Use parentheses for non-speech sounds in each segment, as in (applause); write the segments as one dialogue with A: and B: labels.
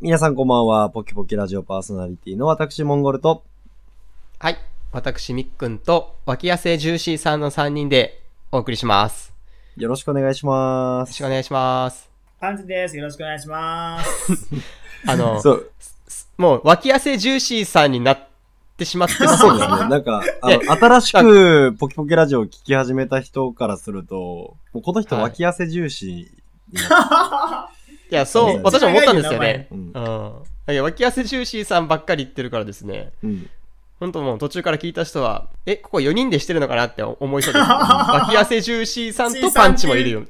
A: 皆さんこんばんは。ポキポキラジオパーソナリティの私、モンゴルと、
B: はい。私、みっくんと、脇汗ジューシーさんの3人でお送りします。
A: よろしくお願いしま
B: よろ
A: す。
B: しくお願いします。
C: パンチです。よろしくお願いします。
B: あ (laughs) の、
A: そう、
B: もう、脇汗ジューシーさんになってしまってる
A: そうですね。なんか、あの、新しくポキポキラジオを聞き始めた人からすると、もうこの人
B: はい
A: 脇汗重視、
B: いや、
A: そ
B: そう、
A: うで
B: 私
C: す
B: も
C: ね
B: 思ったんですよね。
A: うん
B: う。ん。いや、脇汗ジューシーさんばっかり言ってるからですね。
A: うん。
B: ほんともう途中から聞いた人は、え、ここ4人でしてるのかなって思い (laughs) そうです。脇汗ジューシーさんとパンチもいるよ。
C: (laughs)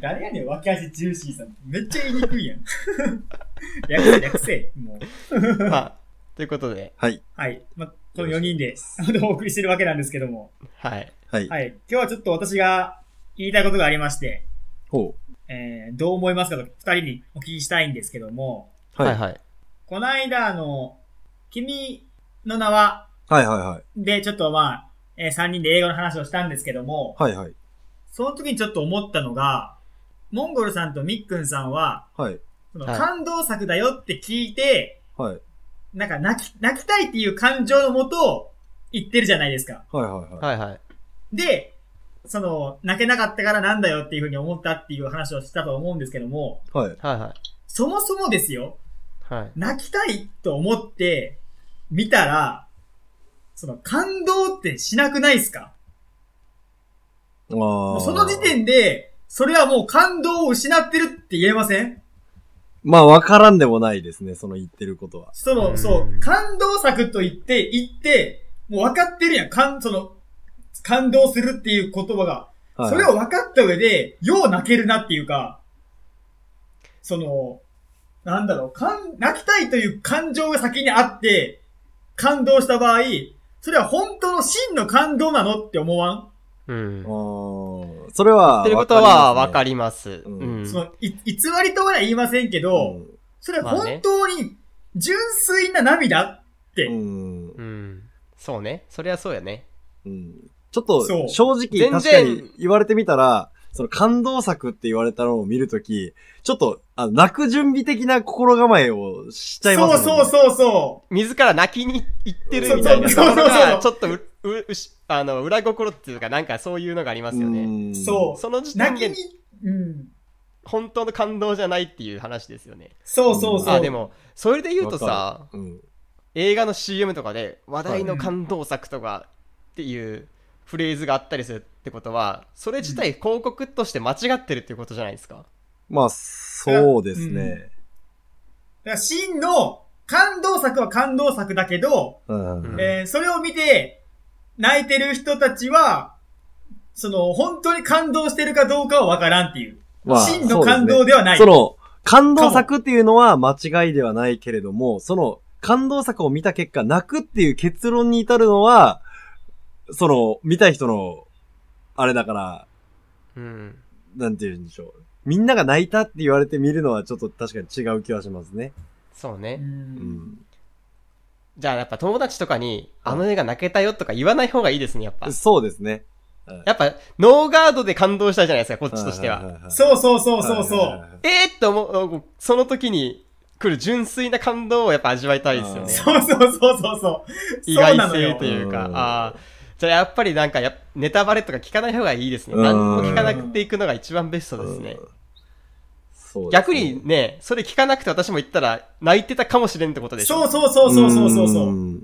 C: 誰やねん、脇汗ジューシーさん。めっちゃ言いにくいやん。 (laughs) 略せ、略せ。もう。
B: ま (laughs) あ、ということで、
A: はい。
C: はい。ま、この4人で、あのお送りしてるわけなんですけども。
B: はい。
A: はい。
C: はい。今日はちょっと私が言いたいことがありまして、
A: ほ
C: えー、どう思いますかと2人にお聞きしたいんですけども、
A: う。
B: は
A: はいい。
B: はい。
C: この間、あの、君の名は、
A: はいはいはい。
C: で、ちょっとまあ、え3人で英語の話をしたんですけども、
A: はいはい。
C: その時にちょっと思ったのが、モンゴルさんとみっくんさんは、
A: はい。
C: その
B: はい
C: 感動作だよって聞いて、
A: はい。
C: なんか泣き、泣きたいっていう感情のもと、言ってるじゃないですか。
A: はいはいはい。
B: はいはい。
C: で、その、泣けなかったからなんだよっていうふうに思ったっていう話をしたと思うんですけども、
A: はい。
B: はいはい。
C: そもそもですよ、
B: はい。
C: 泣きたいと思って、見たら、その、感動ってしなくないですか
A: あ
C: も
A: ー
C: うその時点で、それはもう感動を失ってるって言えません
A: まあ、わからんでもないですね、その言ってることは。
C: そうの、
B: ん
C: そう、感動作と言って、言って、もう分かってるやん。感、その、感動するっていう言葉が。
A: はい。
C: それを分かった上で、よう泣けるなっていうか、その、なんだろう、感、泣きたいという感情が先にあって、感動した場合、それは本当の真の感動なのって思わん、
B: うん。
A: あーそれは、
B: 言ってることはわか
A: り
B: ります。
A: うん
B: うん
C: その、い、偽りとは言いませんけ
A: ます
C: ど、
A: ね
C: それは本当に純粋な涙って、
A: うん。うん
B: うん。そうね。そりゃそうやね。
A: うんちょっ
C: そ
A: と、
C: う
A: 正直、
B: 全然
A: 確かに言われてみたら、その感動作って言われたのを見るとき、ちょっと、あの泣く準備的な心構えをしちゃいます
C: そ
A: ね。
C: うそう
A: う。
C: そうそう。
B: 自ら泣きに行ってるみたいなところが、ち
C: そ
B: ょっとう、う、うし、あの、裏心っていうか、なんかそういうのがありますよね。
A: ん
C: そ
B: その時点
C: 泣き
B: で
C: に、、うん。
B: 本当の感動じゃないっていう話ですよね。
C: そうそうそう。
B: あ、でも、それで言うとさ、
A: う。うん。
B: 映画の CM とかで話題の感動作とかっていうフレーズがあったりするってことはそれ自体広告として間違ってるっていうことじゃないですか
A: まあ、そうですね。
C: だから真の感動作は感動作だけど、
A: うん。うん
B: うん
C: えーそれを見て、泣いてる人たちは、その、本当に感動してるかどうかはわからんっていう。
A: まあ
C: 真の感動
A: で
C: ではない。
A: その、感動作っていうのは間違いではないけれども、その、感動作を見た結果、泣くっていう結論に至るのは、その、見た人の、あれだから、
B: うん
A: なんて言うんでしょう。みんなが泣いたって言われて見るのはちょっと確かに違う気はしますね。
B: そう
C: う
B: ね
C: ん。
B: じゃあやっぱ友達とかにあの映画泣けたよとか言わない方がいいですねやっぱ
A: そうですね。
B: やっぱノーガードで感動したじゃないですかこっちとしては
A: は
C: そうそうそうそうそう。
B: えーっと思うその時に来る純粋な感動をやっぱ味わいたいですよ
A: う
B: ね
A: ん
C: そうそうそうそうそう。
B: 意
C: そう
B: 外
C: なの
B: 性
C: よ
B: と。いうか
A: う、ん
B: ああ、じゃあやっぱりなんかや、ネタバレとか聞かない方がいいですね。
A: うん
B: 何も聞かなくていくのが一番ベストですね。
A: そうです
B: 逆にね、それ聞かなくて私も言ったら泣いてたかもしれんってことでしょ。
C: そうそうそうそうそうそうそう。
A: ん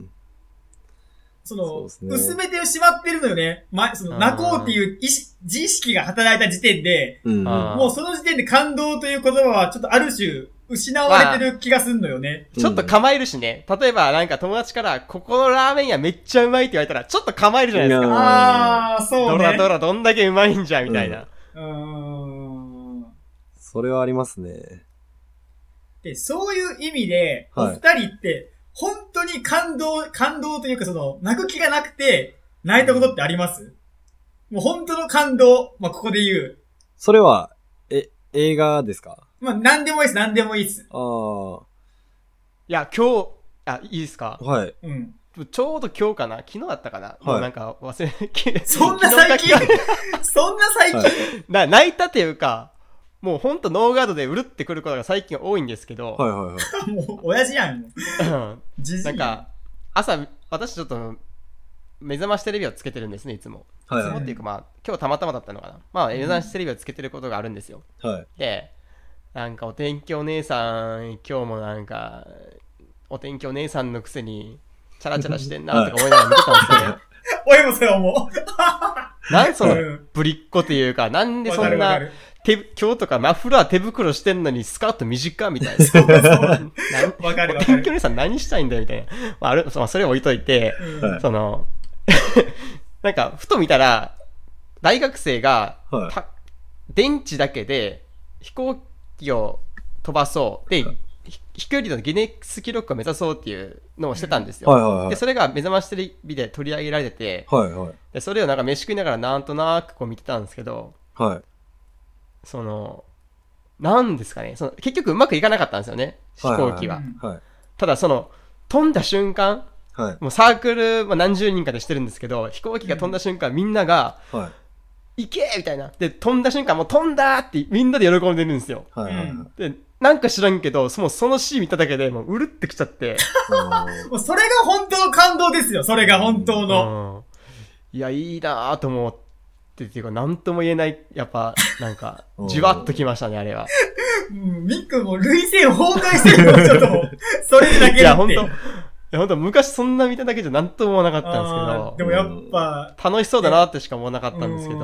A: そ
C: そ
A: う
C: の
A: っす、ね
C: 薄めてしまってるのよね。ま、その、泣こうっていう意識、自意識が働いた時点で、
A: うん。
B: あー
C: もうその時点で感動という言葉は、ちょっとある種、失われてる気がすんのよね。
B: ちょっと構えるしね。例えばなんか友達から、ここのラーメン屋めっちゃうまいって言われたら、ちょっと構えるじゃないです
A: うん
B: か。
C: あー、そ
B: ど
C: う
B: ら
C: ね。
B: どらどんだけうまいんじゃ、みたいな。
C: うーん。
A: それはありますね。
C: で、そういう意味で、お
A: はい
C: 二人って、本当に感動、感動というかその、泣く気がなくて、泣いたことってありますもう本当の感動、まあ、ここで言う。
A: それは、え、映画ですか
C: まあ、何でもいいです、何でもいいです。
A: ああ、はい
B: や、今日、あ、いいですか
A: い。
C: うん。
B: ちょうど今日かな昨日だったかな、もうなんか忘れ、
C: そんな最近
B: 昨日か
C: (laughs) そんな最近
A: はい
B: な泣いたというか、もうほんとノーガードでうるってくることが最近多いんですけど、
A: はいはいはい。
C: もう、親父やん。
B: うん
C: じじ。
B: (clears throat) ないんか、朝、私ちょっと、目覚ましテレビをつけてるんですね、いつも。
A: はい
B: いつ
A: は
B: も
A: い
B: っていうか、まあ、今日たまたまだったのかな。まあ、目覚ましテレビをつけてることがあるんですよ。
A: はい。
B: で、なんか、お天気お姉さん、今日もなんか、お天気お姉さんのくせに、チャラチャラしてんな、とか思いながら見てたんですよね。
C: 俺もそれ思
B: なんそうの、
C: ん。
B: ぶりっ子というか、なんで
C: わ
B: そ
C: か
B: ん
C: るわか
B: な、
C: る。
B: 手今日とかマフラー手袋してんのにスカート短みた
C: (laughs)
B: いな。なん
C: わかる
B: お
C: わか
B: 天気
C: る。
B: のりさん何したいんだよみたいな。まあ、あれまあそれは置いといて、
A: はい
B: その、 (laughs) なんか、ふと見たら、大学生が、
A: はい
B: た電池だけで飛行機を飛ばそう。で、ひ飛距離のギネス記録を目指そうっていうのをしてたんですよ。
A: はいはいはい
B: で、。それが目覚ましテレビで取り上げられてて、
A: はいはい。
B: でそれをなんか飯食いながらなんとなくこう見てたんですけど、
A: はい。
B: その、なんですかね。その、結局うまくいかなかったんですよね。飛
A: はいはい
B: 行機は。
C: うん
A: はい。
B: ただその、飛んだ瞬間、
A: はい。
B: もうサークル、まあ、何十人かでしてるんですけど、飛行機が飛んだ瞬間、みんなが、
A: はい。
B: 行けみたいな。で、飛んだ瞬間、もう飛んだってみんなで喜んでるんですよ。
A: はいはいはい。
B: で、なんか知らんけど、そのそのシーン見ただけでもううるってきちゃって。
C: もうそれが本当の感動ですよ。それが本当の。
B: うんいや、いいなぁと思って、っていうか、なんとも言えない、やっぱ、な
A: (laughs)
B: んか
A: う、ん
B: じわっときましたね、あれは。
C: うんミックも類性崩壊してるよ、ちょっ
B: (laughs)
C: と。それだけ
B: いや、
C: だっ
B: ほん
C: て。
B: と、いやほんと、昔そんな見ただけじゃなんとも思わなかったんですけ
C: あ
B: ど
C: ー。でもやっぱ、
B: 楽しそうだなってしか思わなかったんですけど。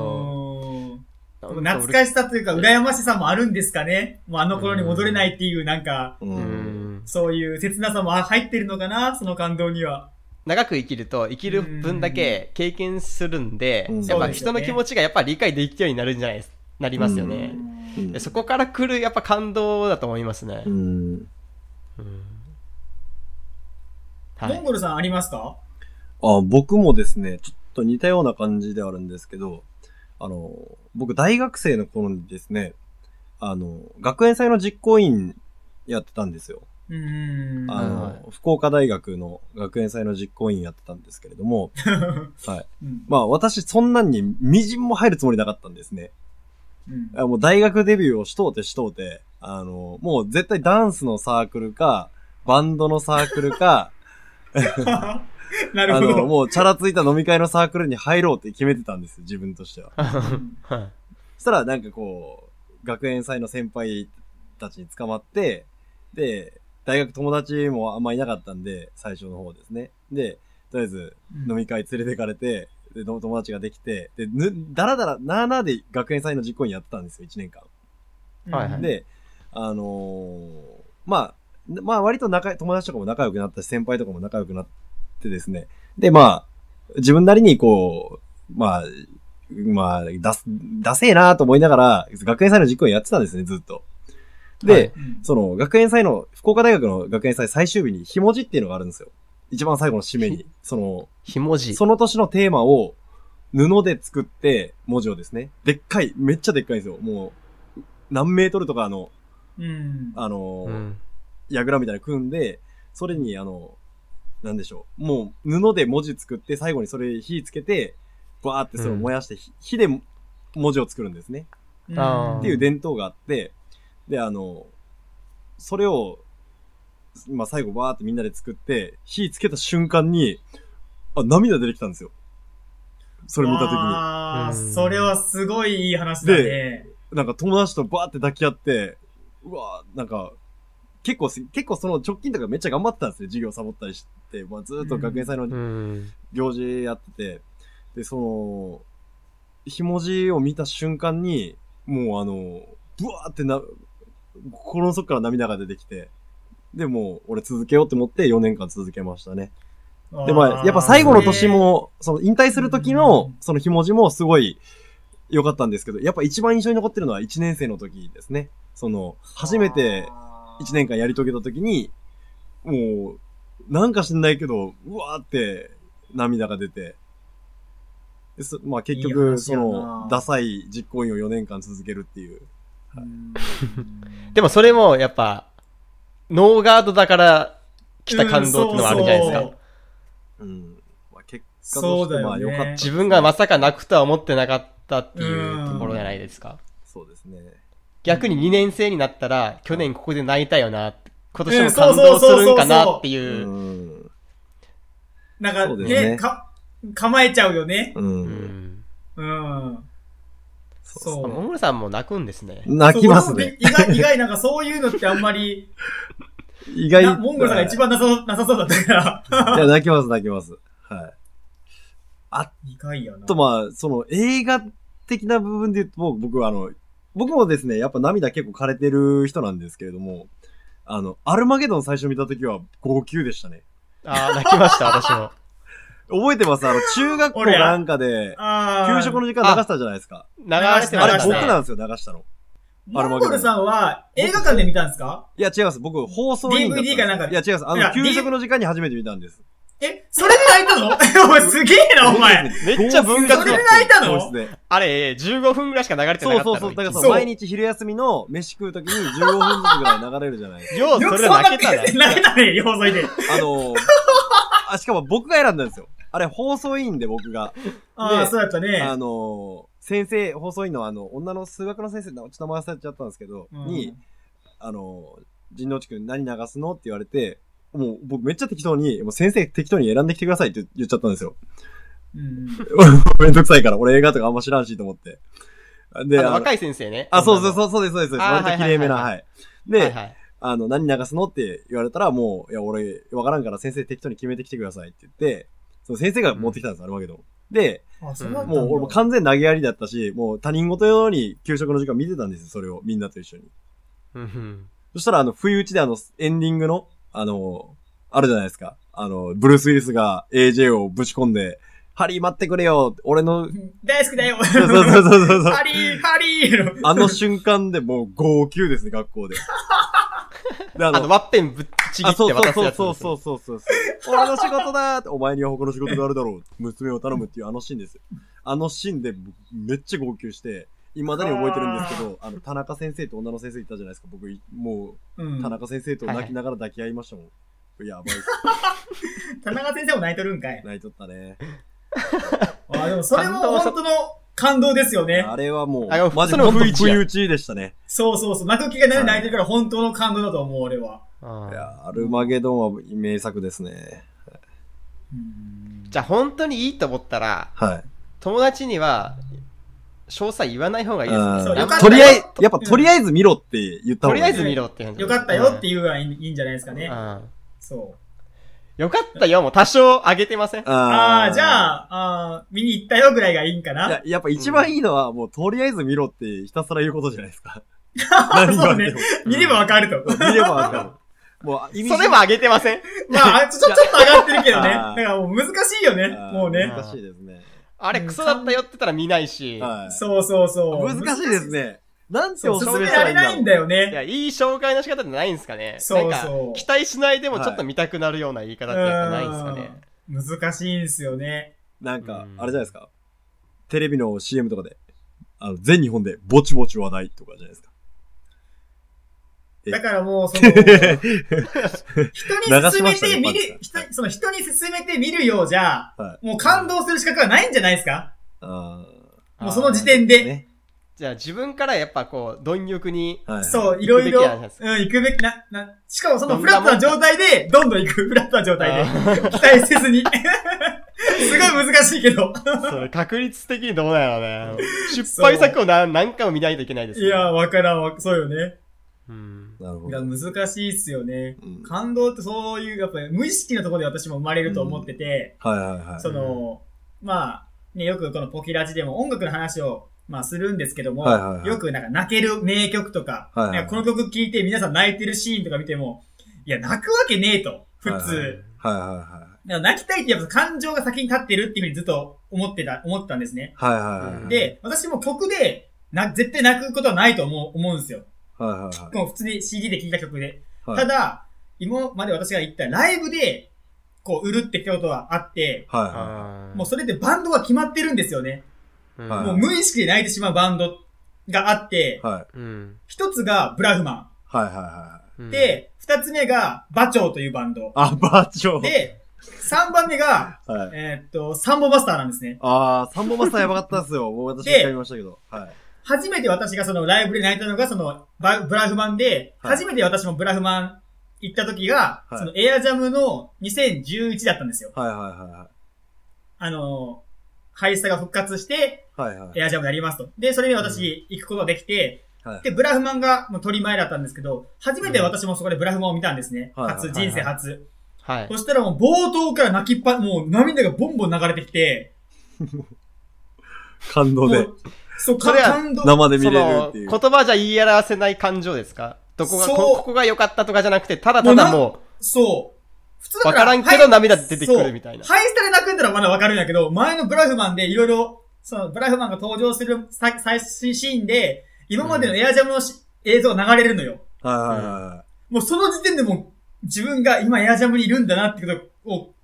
C: ど。
B: なんか
C: 懐
B: 俺
C: かしさというか、羨ましさもあるんですかね。もうあの頃に戻れないっていう、なんか、
A: うん。う。
B: うんん
C: そういう切なさも入ってるのかな、その感動には。
B: 長く生きると生きる分だけ経験するんで、
A: うん
B: やっぱ人の気持ちがやっぱ理解できるようになるんじゃないですなりますよね、
A: うん
B: でそこから来るやっぱ感動だと思いますね、
A: うん。
B: うんは
C: モン
B: い、
C: ゴルさんありますか
A: あ、僕もですね、ちょっと似たような感じではあるんですけど、あの、僕大学生の頃にですね、あの、学園祭の実行委員やってたんですよ。
C: うーん。
A: あの、
B: はい
A: 福岡大学の学園祭の実行委員やってたんですけれども、はい。
C: うん
A: まあ私そんなんに微塵も入るつもりなかったんですね。
C: うん
A: あもう大学デビューをしとうてしとうて、あの、もう絶対ダンスのサークルか、バンドのサークルか、
C: (laughs) な
A: (laughs)
C: る
A: あの、
C: ほ (laughs) ど。
A: もうチャラついた飲み会のサークルに入ろうって決めてたんですよ、自分としては。
B: (laughs) はい
A: そしたらなんかこう、学園祭の先輩たちに捕まって、で、大学友達もあんまいなかったんで、最初の方ですね。で、とりあえず飲み会連れてかれて、で、友達ができて、で、ぬ、だらだら、なあなあで学園祭の実行委員やってたんですよ、1年間。
B: はいはい
A: で、あのーまあ、まあ割と仲、友達とかも仲良くなったし、先輩とかも仲良くなってですね。で、まあ、自分なりにこう、まあ、まあ、だす、だせえなと思いながら、学園祭の実行やってたんですね、ずっと。で、
B: はい
C: うん
A: その、学園祭の、福岡大学の学園祭最終日に、ひもじっていうのがあるんですよ。一番最後の締
B: (laughs)
A: めに。その、
B: ひもじ
A: その年のテーマを布で作って、文字をですね。でっかい、めっちゃでっかいんですよ。もう、何メートルとかあの、
C: うん。
A: あの
B: う
A: ー、
B: ん
A: やぐらみたいなの組んで、それにあの、なんでしょう。もう布で文字作って、最後にそれ火つけて、バーってそれを燃やして、火火で文字を作るんですね。
B: あー
A: っていう伝統があって、で、あの、それを、まあ、最後バーってみんなで作って、火つけた瞬間に、あ、涙出てきたんですよ。それ見たときに。
C: ああ、
B: うん
C: それはすごいいい話だね。
A: なんか友達とバーって抱き合って、うわーなんか、結構す、結構その直近とかめっちゃ頑張ってたんですね。授業サボったりして、まあ、ずーっと学園祭の
B: うん
A: 行事やってて、で、その、ひもじを見た瞬間に、もうあの、ブワーってな、心の底から涙が出てきて、で、もう俺続けようって思って4年間続けましたね。で、まあ、やっぱ最後の年も、その引退する時
C: う
A: の
C: ん、
A: そのひもじもすごい良かったんですけど、やっぱ一番印象に残ってるのは1年生の時ですね。その、初めて1年間やり遂げた時に、もう、なんか知んないけど、うわーって涙が出て、でそまあ結
C: いい
A: 局、
C: 話
A: そ
C: やな
A: の、ダサい実行委員を4年間続けるっていう。
C: 間。うん
B: (laughs) でもそれもやっぱノーガードだから来た感動ってのはあるんじゃないですか、
C: うんそう
A: うん。まあ結果
C: そ
A: と
C: う
A: して、
C: だ
A: まあ
C: よ
A: 良かった
C: ね。。
B: 自分がまさか泣くとは思ってなかったっていうところじゃないですか、
A: そうですね。
B: 逆に2年生になったら、去年ここで泣いたよな、今年
C: うん
B: も
C: そ
B: 感
C: うそう
B: 動す
C: そうそう
B: るんかなって
A: う
B: いう。
A: ん。
C: なんか
A: そう
C: ね、
A: だよね
C: か、構えちゃうよね。
A: う。
B: うんん。
C: うん。
B: あ
C: そう。
B: ももろさんも泣くんですね。
A: 泣きます
C: そう
A: ね。。
C: 俺も意外、意外なんかそういうのってあん
A: (laughs)
C: まり、
A: 意外
C: なモンゴルさんが一番なさそうなさそうだった
A: (laughs)
C: か
A: い
C: ら。
A: や、泣きます、泣きます。はい。
C: 意外やな。
A: あとまあ、その映画的な部分で言うと、もう僕はあの、僕もですね、やっぱ涙結構枯れてる人なんですけれども、あの、アルマゲドン最初見た時は号泣でしたね。
B: ああ、泣きました、私も。
A: 覚えてますあの、中学校
C: 俺ら
A: なんかで、
C: あー
A: 給食の時間流したじゃないですか。
B: 流れて
C: あ
B: ま
A: あ
B: し
A: れ
B: た
A: 僕な
B: ね。
A: んですよ、流したの。あれ
C: モンゴルさんは映画館で見たんですか
A: いや、違います。僕、放送委員だった
C: DVD かなんか
A: いや、違います。あ
C: いや
A: の、給食の時間に初めて見たんです。
C: え、それで泣いたの (laughs) お前すげえな、お前。
B: めっちゃ分
C: そ
B: 割
C: れ
B: だ
C: で泣いたの
A: 教室で
B: あれ、15分ぐらいしか流れてな
A: そう
B: かった
A: そ
B: の
A: うそう。だから
C: そ
A: そうの毎日昼休みの飯食う時に15分ずつぐらい流れるじゃ
B: (laughs)
A: ないですか。
B: よう、
C: よ
B: そ
C: く
B: れ
C: そんな
B: 泣けた
C: 泣
B: な
C: け。たね、要塞で。
A: あのー、あ、しかも僕が選んだんですよ。あれ、放送委員で僕が。
C: ああ、
A: で
C: そうやった
A: あ
C: ね。
A: のー、先生、放送委員のあの、女の数学の先生、ちょっと名前忘れちゃったんですけど、
C: うん
A: に、あのー、人之内くん何流すのって言われて、もう僕めっちゃ適当に、もう先生適当に選んできてくださいって言っちゃったんですよ。 (laughs)
C: うん
A: めんどくさいから、俺映画とかあんま知らんしと思って。で、
B: あの
A: あの
B: 若い先生ね。
A: あ、そうそう
B: う。
A: そうそうです、そうです。
B: あー
A: 割と綺麗めな、
B: はいはい
A: はい。で、
B: はいはい。
A: あの、何流すのって言われたら、もう、いや、俺、わからんから先生適当に決めてきてくださいって言って、その先生が持ってきたんです、あるわけど。で、
C: あ、そうだったん
A: もう
C: だ。
A: 俺も完全投げやりだったし、もう他人事のように給食の時間見てたんですよ、それを、みんなと一緒に。
B: うんうん
A: そしたら、あの、不意打ちであの、エンディングの、あの、あるじゃないですか。あの、ブルース・ウィリスが AJ をぶち込んで、ハリー待ってくれよ俺の、
C: 大好きだよ。
A: そうそうそうそうそう。 (laughs)
C: ハリー、ハリーの。
A: あの瞬間でもう号泣ですね、学校で。で、あ
B: あの、ワッペンぶっちぎ
A: あ
B: って
A: そう
B: 渡す
A: そ
B: や
A: う
B: つ。。
A: そうそううそうそうそう。俺の仕事だーってお前には他の仕事があるだろう。 (laughs) 娘を頼むっていうあのシーンですよ。あのシーンでめっちゃ号泣して、未だに覚えてるんですけど、あの、田中先生と女の先生いたじゃないですか。僕、も
C: う
A: う、
C: ん
A: 田中先生と泣きながら抱き合いましたもん。やばいっす。
B: (laughs)
C: 田中先生も泣いとるんかい。
A: 泣いとったね。
C: あ、でもそれも本当の感動ですよね。
A: あれはもう
B: あ、
A: マジ
B: そ
A: で
B: れも
A: 本当
B: 不意打ち
A: 不
B: や
A: 意打ちでしたね。
C: そうそうそう。泣く気がないで泣いてるから本当の感動だと思う、俺は。
A: いや、アルマゲドンは名作ですね。
B: じゃあ本当にいいと思ったら、
A: はい。
B: 友達には、詳細言わない方がいいですね。
C: そうよかった
A: とりあえず、やっぱとりあえず見ろって言った方
B: と
A: が
B: り
A: いい。
B: あえず見ろって感じ。
C: よかったよっていうのはいいいいんじゃないですか
B: う
C: ね
B: ん。。うん
C: そう。
B: よかったよもう多少上げてません
A: あ
C: ああ、じゃ
A: あ。
C: あ、あー見に行ったよぐらいがいいんか
A: いや
C: な。
A: やっぱ一番いいのは、もうとりあえず見ろってひたすら言うことじゃないです
C: (laughs)
A: か。何言われても
C: 見ればわかると。
A: 見ればわかる。もう意味
B: それも上げてません
C: まあ、ちょ、ちょちょっと上がってる
A: (laughs)
C: けどね。だ
A: あー
C: からもう難しいよね。
A: あー
C: もうね。
A: 難しいですね。
B: あれ、クソだったよって言ったら見ないし。い
A: はい。
C: そうそうそう。
A: 難しいです。ね。なんて
C: そ
A: お
C: う、
A: す
C: 進
A: すめ
C: め
A: し
C: ら
A: たらい
C: れ
A: いんだ
C: な
A: ろ。
C: いうんだよね。
B: や、いい紹介の仕方じゃないんですかね。
C: そ
B: な
C: う
B: んか
C: そう
B: 期待しないでもちょっと見たくなるような言い方ってやっぱないんですかね。
C: うん難しいんですよね。
A: なんか、あれじゃないですか。テレビの CM とかで、あの、全日本でぼちぼち話題とかじゃないですか。え
C: だからもう、その、人に
A: 流し
C: 勧
A: ま
C: め
A: したね
C: て見る
A: パン、チ
C: 人
A: さん
C: その人に勧めて見るようじゃ
A: は、
C: もう感動する資格はないんじゃないですか
A: あ
B: あー
C: もうその時点
A: ー
C: で。
A: ね。
B: じゃあ自分からやっぱこう、貪欲に。
A: はい。
C: そう、いろいろ、
B: 行
C: う
B: くべき
C: ん
B: なんです、
C: 行くべきな、な、しかもそのフラットな状態で、どんどん行く、フラットな状態で。
B: あ
C: 期待せずに。 (laughs) すごい難しいけど。
B: ーそれ確率的にどうなのね。失敗作を何何回も見ないといけないです
C: い
B: ね、
C: や、わからんわ、そうよね。
B: うん。
A: なるほ
C: いや、
A: ど。
C: 難しいっすよね。
A: うん
C: 感動ってそういう、やっぱり無意識のところで私も生まれると思ってて、
A: はいはいはい。
C: その、まあ、ね、よくこのポキラジでも音楽の話を、まあするんですけども、
A: はいはいはい
C: よくなんか泣ける名曲とか、
A: はいはいはい
C: なんかこの曲聴いて皆さん泣いてるシーンとか見ても、いや、泣くわけねえと、普通。
A: はいはいはいはい。
C: だから泣きたいってやっぱ感情が先に立ってるっていうふうにずっと思ってた、思ってたんですね。
A: はいはいはい。
C: で、私も曲で、な、絶対泣くことはないと思う、思うんですよ。
A: はいはいはい。
C: もう普通に CD で聴いた曲で。
A: はい
C: ただ、今まで私が言ったライブで、こう、売るってことはあって、
A: は
B: あー
C: もうそれでバンドが決まってるんですよね。
B: うん
A: はい
C: もう無意識で泣いてしまうバンドがあって
A: い、はい。はい。
B: うん。
C: 一つがブラフマ
A: はいはいは
B: うん
C: ン。、で、二つ目がバチョウというバンド
A: い。。あ、バーチョー。
C: で、三番目が、
A: はい。
C: えーっと、サンボバスターなんですね。
A: あー、サンボマスターやばかったっすよ。僕私一回見ましたけど。はい。
C: 初めて私がそのライブで泣いたのがそのバブラフマンで、
A: はい
C: 初めて私もブラフマン行った時が、
A: はい
C: そのエアジャムの2011だったんですよ。
A: はいは
C: あの、ハイスタが復活して、
A: いはい。はいはい。
C: エアジャムやりますと。で、それに私行くことができて、
A: はい
C: で、ブラフマンがもう取り前だったんですけど、初めて私もそこでブラフマンを見たんですね。
A: はい
C: 初、
A: はい
C: 人生初。
B: はい。
C: そしたらもう冒頭から泣きっぱ、もう涙がボンボン流れてきて、
A: 感動
C: も
A: で
C: う、そう、
B: それは
C: 感動。
A: 生で見
B: そ
A: れる
B: の
A: ってい
B: 言
A: う。
B: 葉じゃ言い表せない感情ですかどこが
C: そう
B: こ、ここが良かったとかじゃなくて、ただただ
C: も
B: も
C: そう。普通
B: わからんけど
C: はい
B: 涙出てくるみたいな
C: そうハイスタで泣くんだらまだわかるんやけど、前のブラフマンでいろいろ、そのブラフマンが登場するさ最新シーンで、今までのエアジャムのし、映像が流れるのよ。
A: はいはいはいはい。
C: もうその時点でもう自分が今エアジャムにいるんだなってことを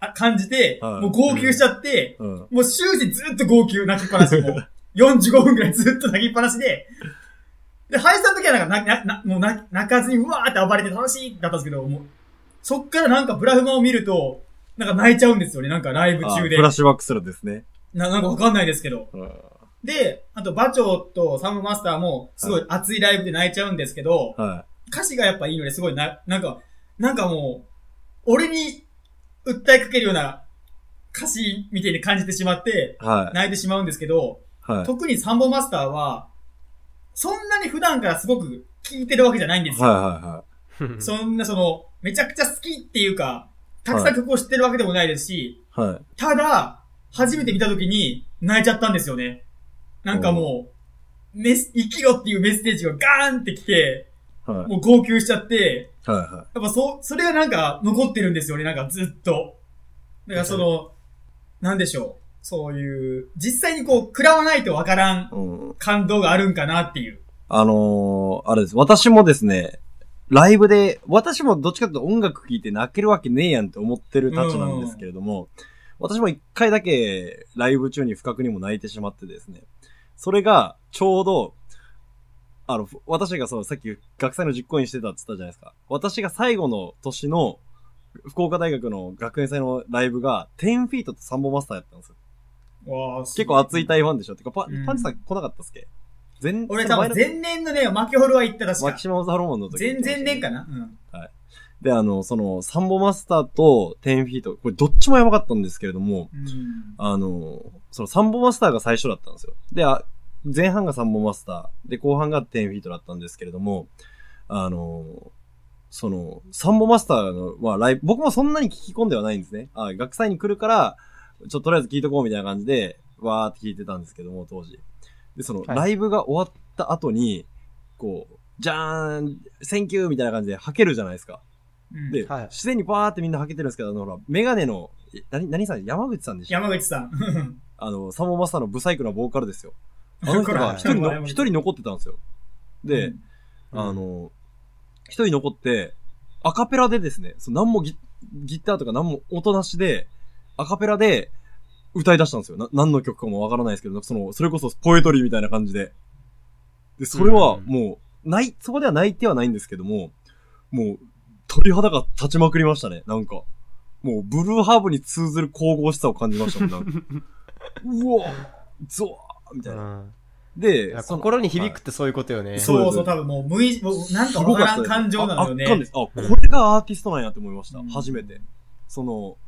C: あ感じて、
A: はい
C: もう号泣しちゃって、
A: うん。
C: もう終始ずっと号泣泣きっぱなし、
A: (laughs)
C: もう45分くらいずっと泣きっぱなしで、で、ハイスタの時はなんかな、な、な、もう泣泣かずにうわーって暴れて楽しいだったんですけど、もう、そっからなんかブラフマを見ると、なんか泣いちゃうんですよね、なんかライブ
A: あ
C: 中
A: フ
C: で。
A: ラッシュバックするんですね。
C: な、なんかわかんないですけど。
A: うん
C: で、あと、バチョとサムマスターも、すごい熱いライブで泣いちゃうんですけど、
A: は
C: 歌詞がやっぱいいのですごいな、なんか、なんかもう、俺に訴えかけるような歌詞みたいに感じてしまって、
A: い。はい。
C: 泣いてしまうんですけど、
A: はい。
C: 特にサンボマスターは、そんなに普段からすごく聴いてるわけじゃないんですよ。
A: はいはいは
B: う、
C: そんなその、めちゃくちゃ好きっていうか、たくさん曲を知ってるわけでもないですし、
A: い。はい。
C: ただ、初めて見た時に泣いちゃったんですよね。なんかもう、メス、生きろっていうメッセージがガーンってきて、
A: はい。
C: もう号泣しちゃって、
A: はいは
C: やっぱそう、それがなんか残ってるんですよね、なんかずっと。だからその、なんでしょう。そういう、実際にこう、食らわないとわからん
A: い。うん。
C: 感動があるんかなっていう。
A: あのー、あれです。私もですね、ライブで、私もどっちかというと音楽聴いて泣けるわけねえやんって思ってるたちなんですけれども、私も一回だけライブ中に不覚にも泣いてしまってですね、それがちょうど、あの、私がそのさっき学祭の実行委員してたって言ったじゃないですか。私が最後の年の福岡大学の学園祭のライブが10フィートとサンボマスターやったんですよ。
C: わ
A: 結構熱い
C: た
A: 大ファンでしょ。てかパ、
C: うん
A: パンチさん来なかったっすっけ全
C: 俺
A: そ
C: 多
A: の前
C: 分
A: の
C: 前年のね、マキホルは行った確
A: マ
C: か
A: キ。シマムサロモンの時。
C: 前々年かなうん。
A: で、あの、その、サンボマスターと10フィート、これどっちもやばかったんですけれども、
C: うん
A: あの、そのサンボマスターが最初だったんですよ。で、あ前半がサンボマスター、で、後半が10フィートだったんですけれども、あの、その、サンボマスターの、まあ、ライブ、僕もそんなに聞き込んではないんですね。あ、学祭に来るから、ちょっととりあえず聞いとこうみたいな感じで、わーって聞いてたんですけども、当時。で、その、
B: はい
A: ライブが終わった後に、こう、じゃーん、センキューみたいな感じで吐けるじゃないですか。
C: うん
A: で、
B: (laughs) はい
A: 自然にバーってみんな履けてるんですけど、あの、ほら、メガネの、え何、何さん山口さんでした
C: 山口さん。
A: あの、サモマスターのブサイクなボーカルですよ。あの人
C: (laughs) こ
A: が一
C: れ
A: 人
C: これ
A: の、一人残ってたんですよ。で、
C: うん
A: あの、一人残って、アカペラでですね、その何もギギターとか何も音なしで、アカペラで歌い出したんですよ。な何の曲かもわからないですけど、なんかその、それこそポエトリーみたいな感じで。で、それは
B: うん
A: もう、ない、そこでは泣いてはないんですけども、もう、鳥肌が立ちまくりましたね、なんか。もう、ブルーハーブに通ずる神々しさを感じましたもん、なんかうわゾワーみたいな。
B: うん
A: で、その
B: 心に響くってそういうことよね。
A: そ
C: そうそう、多分もう無意、もうなんかわからん感情なのよね
A: あ。圧巻です。あ、これがアーティストなんやって思いました。
C: うん
A: 初めて。その、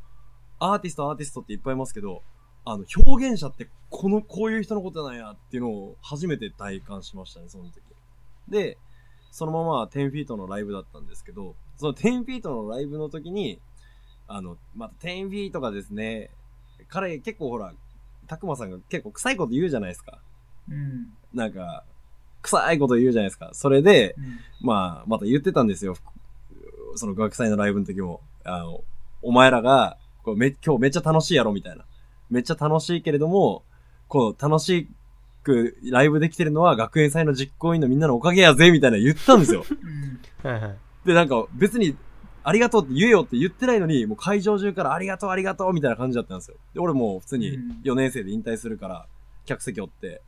A: アーティスト、アーティストっていっぱいいますけど、あの、表現者って、この、こういう人のことなんやっていうのを初めて体感しましたね、その時。で、そのまま10フィートのライブだったんですけど、その10フィートのライブの時に、あの、また10フィートがですね、彼結構ほら、たくまさんが結構臭いこと言うじゃないですか。
C: うん
A: なんか、臭いこと言うじゃないですか。それで、
C: うん
A: まあ、また言ってたんですよ。その学祭のライブの時も。あの、お前らが、こうめ今日めっちゃ楽しいやろ、みたいな。めっちゃ楽しいけれども、こう、楽しくライブできてるのは学園祭の実行委員のみんなのおかげやぜ、みたいな言ったんですよ。
C: うん
B: はいはい
A: で、なんか別に、ありがとうって言えよって言ってないのに、もう会場中からありがとうありがとうみたいな感じだったんですよ。で、俺もう普通に
C: うん
A: 4年生で引退するから、客席おって、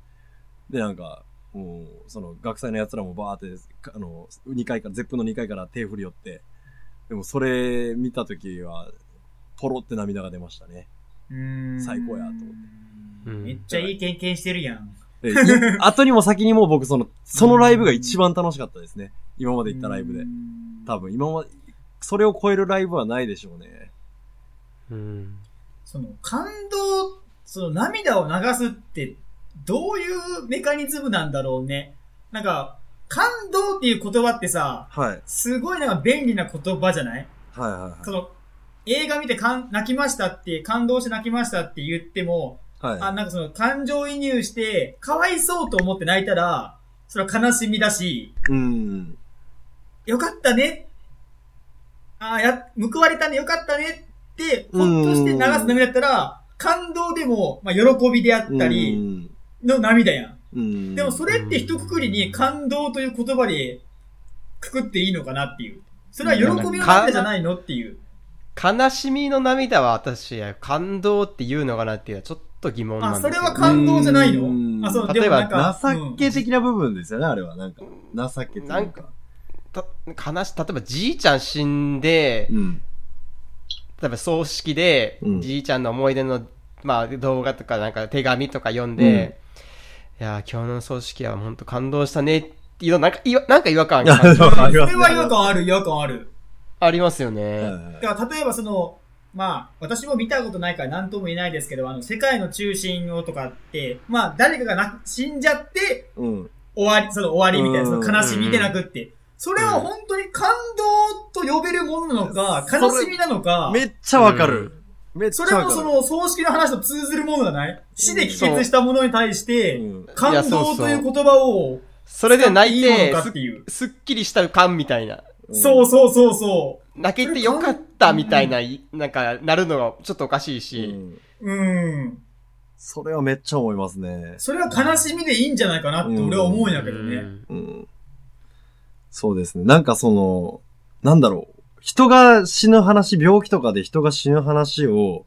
A: で、なんか、もう、その学祭の奴らもバーって、かあの、2階から、絶プの2階から手振り寄って、でもそれ見た時は、ポロって涙が出ましたね。
C: うん
A: 最高やと思って
B: うん
C: めっちゃいい経験してるやん。
A: いえーい後にも先にも僕その、そのライブが一番楽しかったですね。今まで行ったライブで。。多分今まで、それを超えるライブはないでしょうね。
B: うん。
C: その感動、その涙を流すって、どういうメカニズムなんだろうね。なんか、感動っていう言葉ってさ、
A: はい。はい
C: すごいなんか便利な言葉じゃない
A: はいはい
C: その、映画見てかん泣きましたって、感動して泣きましたって言っても、。
A: はい。
C: あ、なんかその感情移入して、かわいそうと思って泣いたら、それは悲しみだし、
A: うん。
C: よかったね。ああ、や、報われたね、よかったねって、ほっとして流す涙だったら、感動でも、まあ、喜びであったり、の涙やん。
A: うん、うん。
C: でもそれって一括りに感動という言葉でくくっていいのかなっていう。それは喜びの涙じゃないのっていう。
B: 悲しみの涙は私、感動っていうのかなっていうのはちょっと疑問なんで
C: あ、
B: す
C: そ
B: よ、ね。
C: れは感動じゃない
A: うん
C: のあ、そう、で
B: 例え
C: も
B: ば
C: なんか。
A: 情け的な部分ですよね、あれは。なんか、情けという
B: なんかた悲し、例えばじいちゃん死んで
A: う、ん。
B: 例えば葬式で、
A: うん
B: じいちゃんの思い出の、まあ、動画とかなんか手紙とか読んで、いやー、今日の葬式は本当感動したねっていうの、なんか、いわなんか違和感が
A: (laughs)
C: うんそ
A: あり
C: れ
A: ますね
C: は違和感ある、違和感ある。
B: ありますよ
A: はい
B: ね。
A: はい
C: だから例えばその、まあ、私も見たことないから何とも言えないですけど、あの、世界の中心をとかって、まあ、誰かがな死んじゃって、
A: うん。
C: 終わり、その終わりみたいな、
A: う
C: そ
A: ん
C: の悲しみでなくって。それは本当に感動と呼べるものなのか、
A: それ
C: 悲しみなのか、
A: めっちゃわかる。めっち
C: そ
A: ゃ
C: れ
A: わ
C: も
A: か
C: そ
A: る。
C: の葬式の話と通ずるものがない死で帰結したものに対して、
A: うん
C: 感動という言葉を、
B: それで泣い
C: 使っていい
B: て
C: ものかっていう、
B: すすっきりした感みたいな。
C: そうそうそうそ
B: 泣けてよかったみたいな、いなんか、なるのがちょっとおかしいし。
A: ん
C: う。うん。
A: それはめっちゃ思いますね。
C: それは悲しみでいいんじゃないかなって俺は思うんやけど
B: う
C: ね。
B: ん
A: うん。そうですね。なんかその、なんだろう。人が死ぬ話、病気とかで人が死ぬ話を、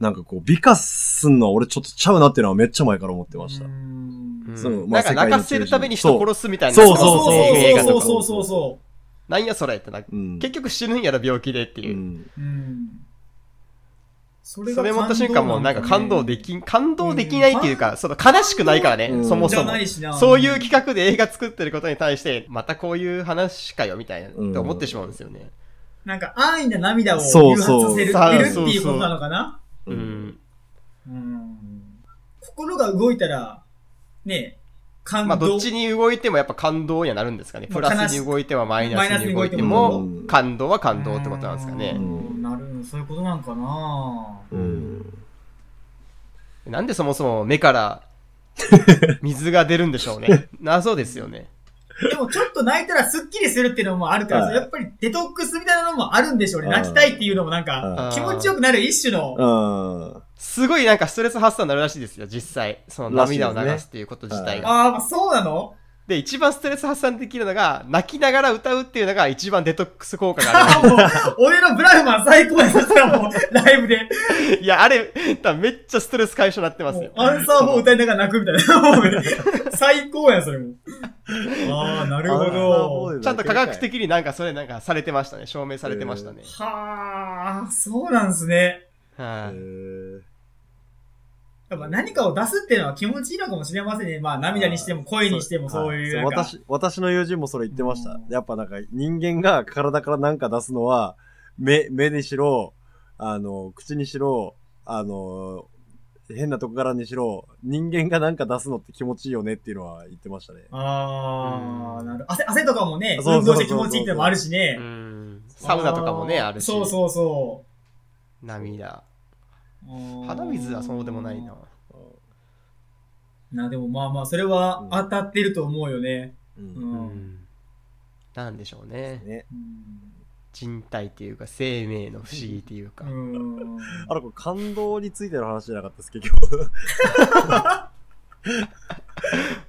A: なんかこう、美化すんのは俺ちょっとちゃうなっていうのはめっちゃ前から思ってました
C: う。ん
A: そのま
B: な
A: あ
B: んか泣かせるために人
A: 世界の中
B: 殺すみたいな。
A: そう
C: そう
B: 映画
C: そ
B: と
C: う
B: か
C: そうそうそうそうそ
B: なんやそれってな。
A: うん。
B: 結局死ぬんやろ病気でって
A: う
B: いう。
A: ん
C: う。うん。そ
B: それ持った瞬間もうなんか感動で
C: き
B: きん、感動できないっていうか、その悲しくないから
A: う
B: ね、
A: ん
B: そも
C: じ
B: そ
C: ゃ
B: も
C: な。いしな。
B: そういう企画で映画作ってることに対して、またこういう話かよみたいな、
A: うん
B: って思ってしまうんですよね。
C: なんか安易な涙を
A: そ
C: 誘
A: う
C: 発
A: そう
C: させる
B: さあ
C: 出るっていうことなのかな
A: う。
B: うんん。
C: うん。心が動いたら、ね、感動。
B: まあどっちに動いてもやっぱ感動にはなるんですかね。
C: まあ
B: プラスに動いてはマイナスに
A: マイ
B: 動いて
A: ナスに動いてもう
B: も
A: ん、
B: 感動は感動ってことなんですかね
C: う。んなるそういうことなんかな
A: うん。
B: なんでそもそも目から (laughs) 水が出るんでしょうね。謎ですよね。
C: でもちょっと泣いたらスッキリするっていうのもあるから、
A: はい
C: やっぱりデトックスみたいなのもあるんでしょうね。泣きたいっていうのもなんか、
A: あ
B: あー
C: 気持ちよくなる一種の、
A: あ
B: すごいなんかストレス発散になるらしいですよ、実際。その涙を流すっていうこと自体が。
C: ああ、そうなの
B: で、一番ストレス発散できるのが、泣きながら歌うっていうのが一番デトックス効果があるらしいです
C: あ (laughs) もう、俺のブラフマン最高やそしたら
B: (laughs)
C: もう、ライブで、 (laughs)
B: いや、あれ、多分めっちゃストレス解消になってます
C: も
B: よ
C: う。アンサー4歌いながら泣くみたいな。もう最高やん、それも。ああ、なるほど。
A: あ。
B: ちゃんと科学。的になんかそれなんかされてましたね。証明されてましたね。
C: はあ、そうなんですね。
A: へ
B: はい、
A: ー
C: やっぱ何かを出すっていうのは気持ちいいのかもしれませんね。まあ涙にしても声にしてもそういう。なん
A: は
C: か
A: 私、私の友人もそれ言ってました
C: う。ん
A: やっぱなんか人間が体からなんか出すのは、目、目にしろ、あの、口にしろ、あの、変なとこからにしろ、人間がなんか出すのって気持ちいいよねっていうのは言ってましたね。
C: ああ、
B: うん
C: なる汗。汗とかもね、
A: そう
C: 運
A: そうそうそう
C: 動して気持ちいいってのもあるしね。
B: うん。サウナとかもね、あるし。
C: そうそうそ
B: 涙。
C: う。
B: 鼻水はそうでもないな。。
C: な、でもまあまあ、それは当たってると思うよね。
A: う。
C: うん。
B: うんん。なんでしょうね。
A: ね。
B: 人体っていうか生命の不思議っていうか
C: う。ん。
A: あれこれ感動についての話じゃなかったです、結局。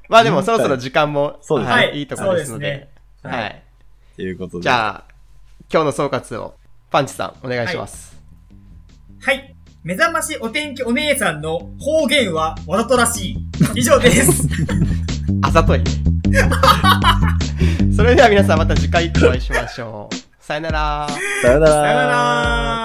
B: まあでもそろそろ時間も、
A: そうですね
B: はい
C: はい
B: いいところですの
C: そうで
B: で。
C: すね
B: は。
C: はい
A: ということで。
B: (laughs) じゃあ、今日の総括を、パンチさん、お願いします。
C: はい。目覚ましお天気お姉さんの方言はわざとらしい。以上です。
B: あざといね。 (laughs) それでは皆さんまた次回お会いしましょう。さよなら。
A: さよなら。
C: さよなら。